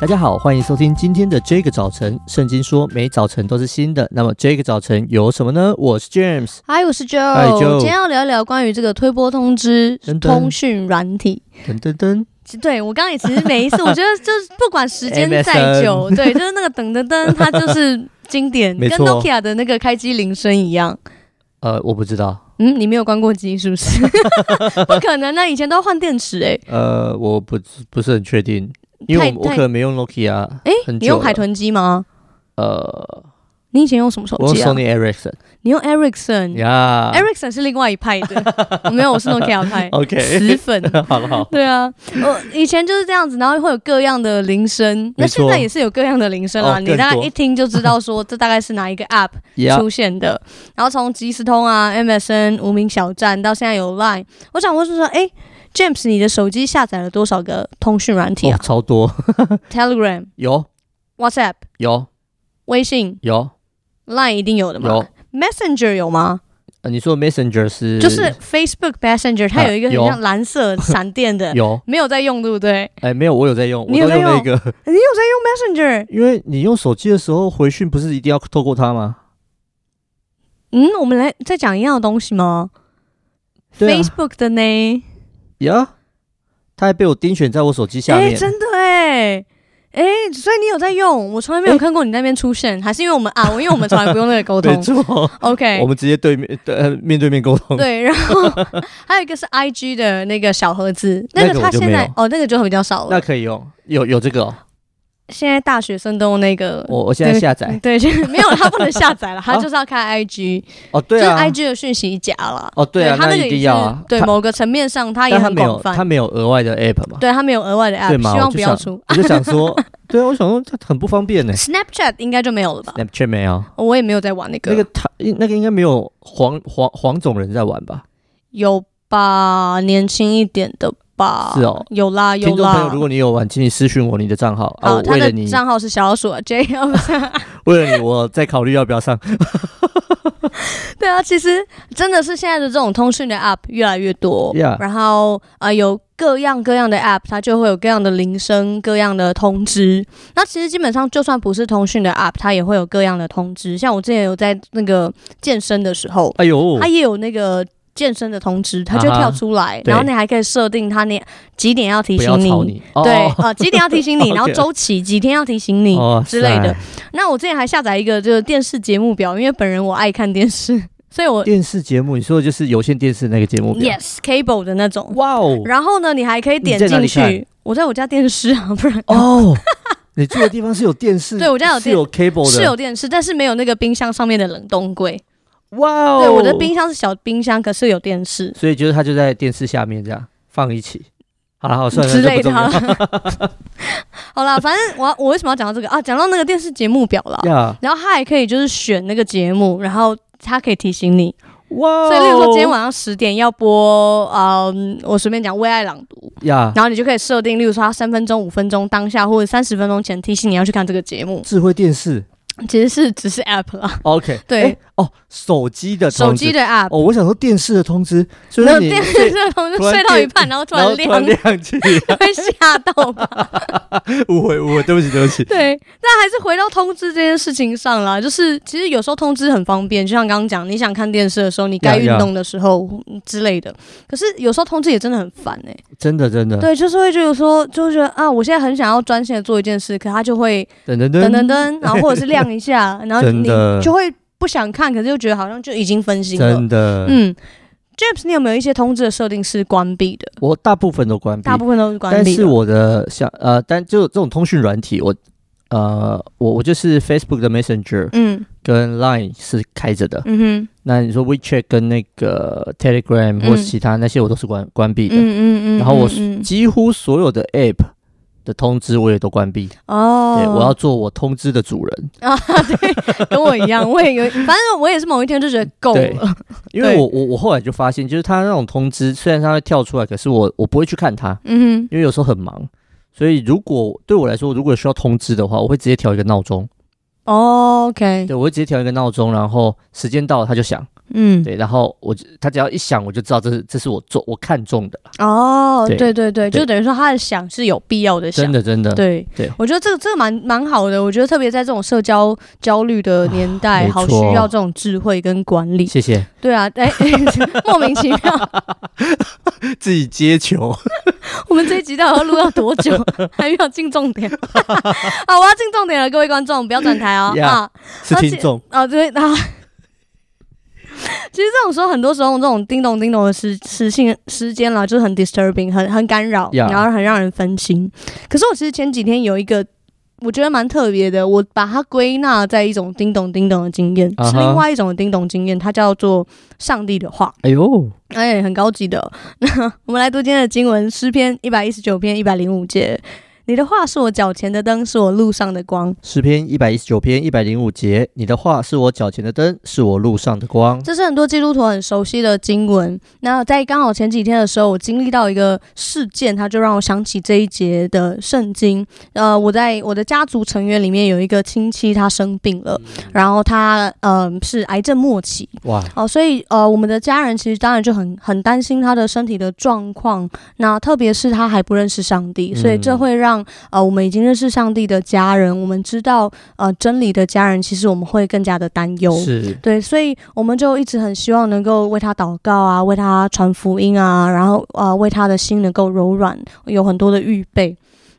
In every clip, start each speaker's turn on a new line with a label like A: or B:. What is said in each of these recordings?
A: 大家好，欢迎收听今天的这个早晨。圣经说每早晨都是新的，那么这个早晨有什么呢？我是 James。
B: 嗨，我是 Joe，,
A: Hi, Joe
B: 今天要聊一聊关于这个推波通知
A: 噔噔
B: 通讯软体。
A: 噔噔噔，
B: 其对我刚刚也其实每 一次，我觉得就是不管时间再久，对，就是那个噔噔噔，它就是经 典，
A: 没
B: 跟
A: 错
B: Nokia 的那个开机铃声一样。
A: 呃，我不知道，
B: 嗯，你没有关过机是 不是？不可能啊，以前都要换电池哎、
A: 呃，我不不是很确定，因为
B: 太
A: 我我可能没用 Nokia
B: 哎、
A: 很久了。
B: 你用海豚机吗？
A: 呃，
B: 你以前用什么手
A: 我用
B: 机啊？
A: Sony 啊 Ericsson
B: 你用 Ericsson，Ericsson、
A: 呀。
B: 是另外一派的， 我没有，我是 Nokia 派死
A: OK，
B: 粉。
A: 好了好，
B: 对啊，我以前就是这样子，然后会有各样的铃声，那
A: 没错
B: 现在也是有各样的铃声啦。
A: 哦
B: 你
A: 更
B: 大概
A: 多
B: 一听就知 道说这大概是哪一个 App
A: 呀
B: 出现的。然后从即时通啊、MSN、无名小站到现在有 Line，我想问是说，哎、j a m e s 你的手机下载了多少个通讯软体
A: 哦
B: 啊、
A: 超多，
B: t e l e g r a m
A: 有
B: WhatsApp、
A: 有
B: 微信、
A: 有
B: Line 一定有的嘛
A: 有。
B: Messenger 有吗？
A: 呃你说 Messenger 是
B: 就是 Facebook Messenger，它
A: 啊
B: 有一个很
A: 有，
B: 像蓝色闪电的
A: 有
B: 没有在用，对不对
A: 哎没有，我有在用，我
B: 你有
A: 都
B: 在
A: 用那
B: 用
A: 个。
B: ？Messenger
A: 因为你用手机的时候回讯不是一定要透过它吗？
B: 嗯，我们来再讲一样的东西吗、f
A: 对
B: a
A: 啊
B: c e b o o k 的呢？
A: 呀，它还被我盯选在我手机下
B: 哎、
A: 面。
B: 真的哎、哎、所以你有在用，我从来没有看过你那边出现，还是因为我们啊，我因为我们从来不用那个沟
A: 没
B: 通。
A: 错，我
B: OK，
A: 们直接对面对呃面对面沟通。
B: 对，然后还有一个是 IG 的那个小盒子，那
A: 那
B: 个
A: 个
B: 他
A: 我就
B: 现
A: 没
B: 在
A: 有
B: 哦，那个就比较少
A: 那
B: 了。
A: 可以用，有有这个哦。
B: 现在大学生都用那个，
A: 我我现在下载
B: 对， 现在没有他不能下 载了，他
A: 啊
B: 就是要开 IG，、
A: 哦，对
B: 就是
A: 啊，
B: IG 的讯息夹了。
A: 哦对啊，
B: 他那
A: 一
B: 个也
A: 定
B: 是
A: 要啊。
B: 对
A: 它
B: 某个层面上，他也
A: 但它
B: 很
A: 没有
B: 广泛
A: 它。没有额外的 app 嘛？
B: 对他没有额外的 app，
A: 对嘛
B: 希
A: 我
B: 望
A: 就
B: 不要
A: 想
B: 出。
A: 我就想说， 对啊，我想说它很不方便呢。
B: Snapchat 应该就没有了吧？
A: Snapchat 没 有，
B: 我也没有在玩那个，
A: 那个他那个应该没有黄黄黄种人在玩吧？
B: 有吧？年轻一点的吧？
A: 是哦
B: 有啦
A: 听
B: 啊有
A: 众朋友，
B: 啦
A: 如。果你有玩，请你私讯我你的账号啊，
B: 好，
A: 我
B: 他
A: 为
B: 的
A: 了你
B: 账号是小老鼠啊 J 哦 L。
A: 为了你，我在考虑要不要上。
B: 对啊，其实真的是现在的这种通讯的 App 越来越多
A: Yeah
B: 然后啊、呃有各样各样的 App，它就会有各样的铃声、各样的通知。那其实基本上就算不是通讯的 App，它也会有各样的通知。像我之前有在那个健身的时候，
A: 哎呦
B: 它，也有那个健身的通知，它就会
A: 啊哈
B: 跳出来，
A: 对
B: 然后你还可以设定它你几点要提
A: 不
B: 醒
A: 要
B: 你，
A: 吵你。哦
B: 对，啊、几点要 提醒你，
A: OK
B: 然后周期几天要提醒你。
A: 哦
B: 之类的
A: 塞
B: 那我之前还下载一个就是电视节目表，因为本人我爱看电视，所以我
A: 电视节目，你说的就是有线电视那个节目表。
B: yes cable 的那种。
A: 哇哦，
B: 然后呢，你还可以点
A: 你在哪
B: 进
A: 里
B: 去。我在我家电视啊，不然
A: 哦， 你住的地方是有电视，
B: 对我家有
A: 是
B: 电
A: 有 cable 的，
B: 是有电视，但是没有那个冰箱上面的冷冻柜。
A: 哇哦，
B: 对，我的冰，箱是小冰箱，可是有电视。
A: 所以就是它就在电视下面这样放一起。好了，好，算了，
B: 之
A: 这
B: 类
A: 不
B: 的
A: 重
B: 啊、
A: 要。
B: 好啦，反正我要我为什么要讲到这个啊？讲到那个电视节目表啦，
A: 呀，
B: 然后他还可以就是选那个节目，然后他可以提醒你。
A: 哇哦，
B: 所以，例如说今天晚上十点要播，嗯，我随便讲《为爱朗读》，
A: 呀，
B: 然后你就可以设定，例如说它三分钟、五分钟当下或者三十分钟前提醒你要去看这个节目，
A: 智慧电视
B: 其实是只是 app 啦，
A: ，OK，
B: 对
A: 诶哦，手机的
B: 手
A: 通知
B: 机的 app。
A: 哦，我想说电视的通知，所以
B: 没有
A: 说你
B: 电视的通知
A: 突然
B: 睡到一半，然后突
A: 然后
B: 然
A: 突
B: 亮，
A: 然亮起，
B: 会吓到吧？
A: 误会误会，对不起对不起，
B: 对，但还是回到通知这件事情上啦，就是其实有时候通知很方便，就像刚刚讲，你想看电视的时候，你该
A: 呀
B: 运
A: 呀
B: 动的时候嗯之类的。可是有时候通知也真的很烦哎、
A: 真的真的，
B: 对，就是会觉得说，就会觉得啊，我现在很想要专心的做一件事，可它就会
A: 噔噔
B: 噔
A: 噔
B: 噔，噔，然后或者是亮一 下，然后
A: 真
B: 你
A: 的
B: 就会不想看，可是又觉得好像就已经分心了
A: 真。的，
B: 嗯，James，你有没有一些通知的设定是关闭的？
A: 我大部分都关闭
B: 大，部分都是关
A: 但
B: 闭的。
A: 是我的像呃，但就这种通讯软体，我呃，我我就是 Facebook 的 Messenger
B: 嗯
A: 跟 Line 是开着的。
B: 嗯哼
A: 那你说 WeChat 跟那个 Telegram
B: 嗯
A: 或是其他那些，我都是关关闭
B: 嗯
A: 的。
B: 嗯嗯，
A: 然后我
B: 嗯嗯
A: 几乎所有的 App 的通知我也都关闭。
B: 哦，
A: 对，我要做我通知的主人，
B: 啊，对，跟我一样，我也有，反正我也是某一天就觉得够
A: 对
B: 了，
A: 因为
B: 对
A: 我我我后来就发现，就是它那种通知虽然它会跳出来，可是我我不会去看它，
B: 嗯
A: 因为有时候很忙。所以如果对我来说，如果需要通知的话，我会直接调一个闹钟。
B: 哼，OK，
A: 对，我会直接调一个闹钟，然后时间到了它就响，
B: 嗯，
A: 对，然后我就他只要一想，我就知道这是这是我做我看中的啦，
B: 哦，
A: 对
B: 对对对，
A: 对
B: 就等于说他的想是有必要的想
A: 真，的真的，
B: 对
A: 对
B: 我觉得这个这个蛮蛮好的，我觉得特别在这种社交焦虑的年代，
A: 啊没
B: 好需
A: 错
B: 要这种智慧跟管理。
A: 谢谢
B: 对啊，哎、 莫名其妙，
A: 自己接球，
B: 我们这一集到底要录到多久？ 还没有进重点， 好，我要进重点了，各位观众不要转台哦
A: Yeah
B: 啊！
A: 是
B: 而且
A: 听众，
B: 哦，对 啊。其实这种时候，很多时候这种叮咚叮咚的时时性时间啦，就是很 disturbing，很很干扰
A: Yeah
B: 然后很让人分心。可是我其实前几天有一个我觉得蛮特别的，我把它归纳在一种叮咚叮咚的经验
A: 啊哈
B: 是另外一种叮咚经验，它叫做上帝的话，
A: 哎呦，
B: 哎，很高级的。那 我们来读今天的经文，诗篇一百一十九篇一百零五节。你的话是我脚前的灯，是我路上的光。
A: 诗篇一百一十九篇一百零五节，你的话是我脚前的灯，是我路上的光。
B: 这是很多基督徒很熟悉的经文。那在刚好前几天的时候，我经历到一个事件，它就让我想起这一节的圣经。呃，我在我的家族成员里面有一个亲戚，他生病了，然后他嗯、呃是癌症末期
A: 哇，
B: 哦、所以呃我们的家人其实当然就很很担心他的身体的状况。那特别是他还不认识上帝，
A: 嗯
B: 所以这会让呃我们已经认识上帝的家人，我们知道呃真理的家人，其实我们会更加的担忧。
A: 是
B: 对，所以我们就一直很希望能够为他祷告啊，为他传福音啊，然后呃，为他的心能够柔软，有很多的预备。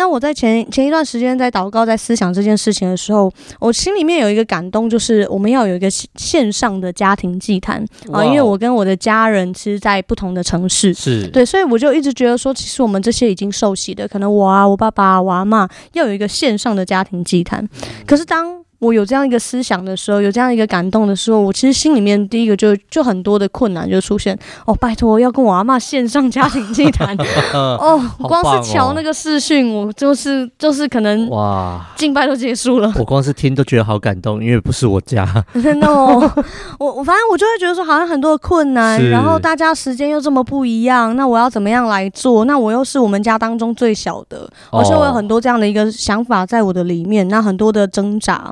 B: 那我在前前一段时间在祷告、在思想这件事情的时候，我心里面有一个感动，就是我们要有一个线线上的家庭祭坛
A: 哇
B: 啊、
A: 哦
B: 因为我跟我的家人其实，在不同的城市，
A: 是，
B: 对，所以我就一直觉得说，其实我们这些已经受洗的，可能我啊、我爸爸、啊、我阿妈，要有一个线上的家庭祭坛。
A: 嗯
B: 可是当我有这样一个思想的时候，有这样一个感动的时候，我其实心里面第一个就就很多的困难就出现。哦，拜托，要跟我阿妈线上家庭祭 坛
A: 嗯
B: 哦，
A: 好
B: 光
A: 棒
B: 是瞧
A: 哦
B: 那个视讯，我就是就是可能
A: 哇，
B: 敬拜都结束了。
A: 我光是听都觉得好感动，因为不是我 家，
B: 真的哦，我我反正我就会觉得说，好像很多的困难，
A: 是
B: 然后大家时间又这么不一样，那我要怎么样来做？那我又是我们家当中最小的，而且我有很多这样的一个想法在我的里面，那很多的挣扎。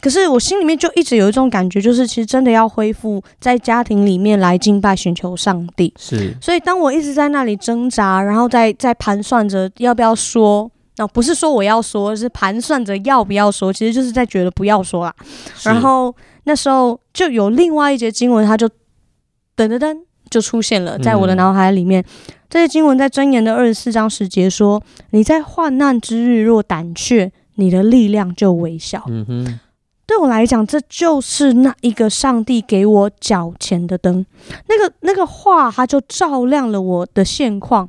B: 可是我心里面就一直有一种感觉，就是其实真的要恢复在家庭里面来敬拜、寻求上帝。
A: 是
B: 所以当我一直在那里挣扎，然后在在盘算着要不要说。那、不是说我要说，是盘算着要不要说，其实就是在觉得不要说啦。 然后那时候就有另外一节经文，它就噔噔噔就出现了在我的
A: 嗯
B: 脑海里面。这些经文在箴言的二十四章十节说：“你在患难之日若胆怯，你的力量就微小。
A: 嗯哼，
B: 对我来讲，这就是那一个上帝给我脚前的灯，那个那个话，它就照亮了我的现况，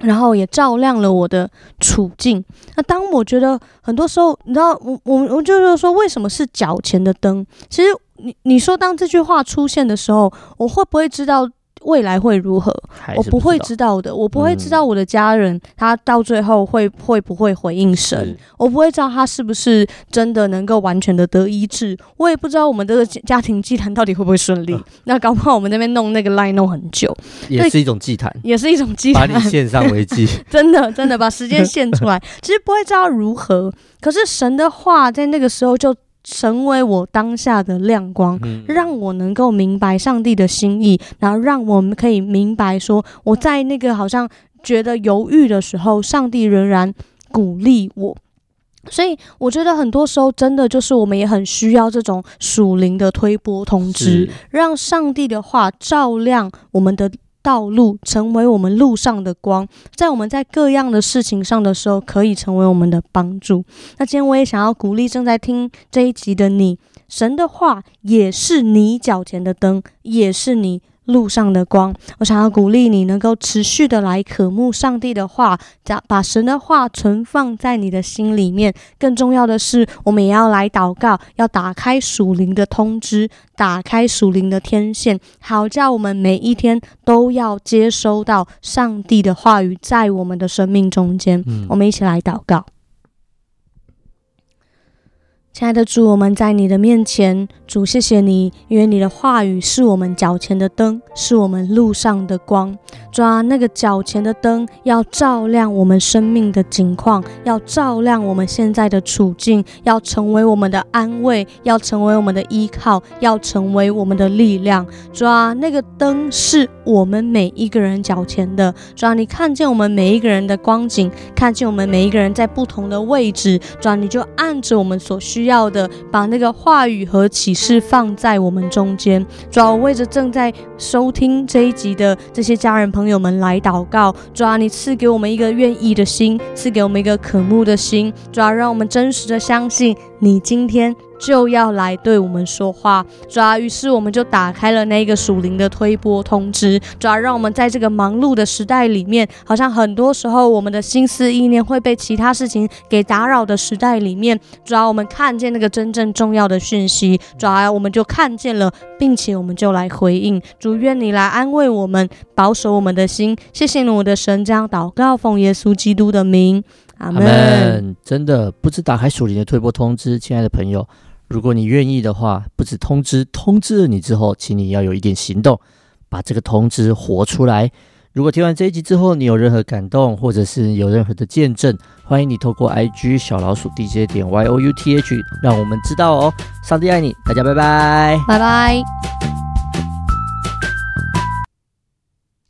B: 然后也照亮了我的处境。那当我觉得很多时候，你知道，我我我就是说，为什么是脚前的灯？其实你你说，当这句话出现的时候，我会不会知道未来会如何？
A: 还
B: 我
A: 是
B: 不会
A: 道
B: 知道的，我不会知道
A: 嗯
B: 我的家人他到最后会会不会回应神。
A: 是
B: 我不会知道他是不是真的能够完全的得医治，我也不知道我们这个家家庭祭坛到底会不会顺
A: 嗯
B: 利。那搞不好我们那边弄那个 line 弄很久，
A: 也
B: 对
A: 是一种祭坛，
B: 也是一种祭
A: 把
B: 坛
A: 你，献上为 祭，
B: 真的真的把时间限出 来，其实不会知道如何。可是神的话在那个时候就成为我当下的亮光。
A: 嗯
B: 让我能够明白上帝的心意，然后让我们可以明白说，我在那个好像觉得犹豫的时候，上帝仍然鼓励我。所以我觉得很多时候真的就是我们也很需要这种属灵的推波通知，
A: 是
B: 让上帝的话照亮我们的道路，成为我们路上的光，在我们在各样的事情上的时候，可以成为我们的帮助。那今天我也想要鼓励正在听这一集的你，神的话也是你脚前的灯，也是你。路上的光，我想要鼓励你能够持续的来渴慕上帝的话，把把神的话存放在你的心里面。更重要的是，我们也要来祷告，要打开属灵的通知，打开属灵的天线，好叫我们每一天都要接收到上帝的话语在我们的生命中间。
A: 嗯
B: 我们一起来祷告。亲爱的主，我们在你的面前，主谢谢你，因为你的话语是我们脚前的灯，是我们路上的光。主啊，那个脚前的灯要照亮我们生命的景况，要照亮我们现在的处境，要成为我们的安慰，要成为我们的依靠，要成为我们的力量。主啊，那个灯是我们每一个人脚前的。主啊，你看见我们每一个人的光景，看见我们每一个人在不同的位置，主啊，你就按着我们所需要的，把那个话语和启示放在我们中间。主啊，我为着正在收听这一集的这些家人朋友们来祷告，主啊，你赐给我们一个愿意的心，赐给我们一个渴慕的心，主啊，让我们真实的相信你今天。就要来对我们说话，主啊，于是我们就打开了那个属灵的推播通知，主啊，让我们在这个忙碌的时代里面，好像很多时候我们的心思意念会被其他事情给打扰的时代里面，主啊，我们看见那个真正重要的讯息，主啊，我们就看见了，并且我们就来回应，主愿你来安慰我们，保守我们的心，谢谢你，我的神，这样祷告，奉耶稣基督的名，阿
A: 阿
B: 门。
A: 门。真的不止打开属灵的推播通知，亲爱的朋友，如果你愿意的话，不止通知，通知了你之后，请你要有一点行动，把这个通知活出来。如果听完这一集之后，你有任何感动，或者是有任何的见证，欢迎你透过 IG 小老鼠 DJ 点 Y O U T H 让我们知道哦。上帝爱你，大家拜拜。
B: 拜拜。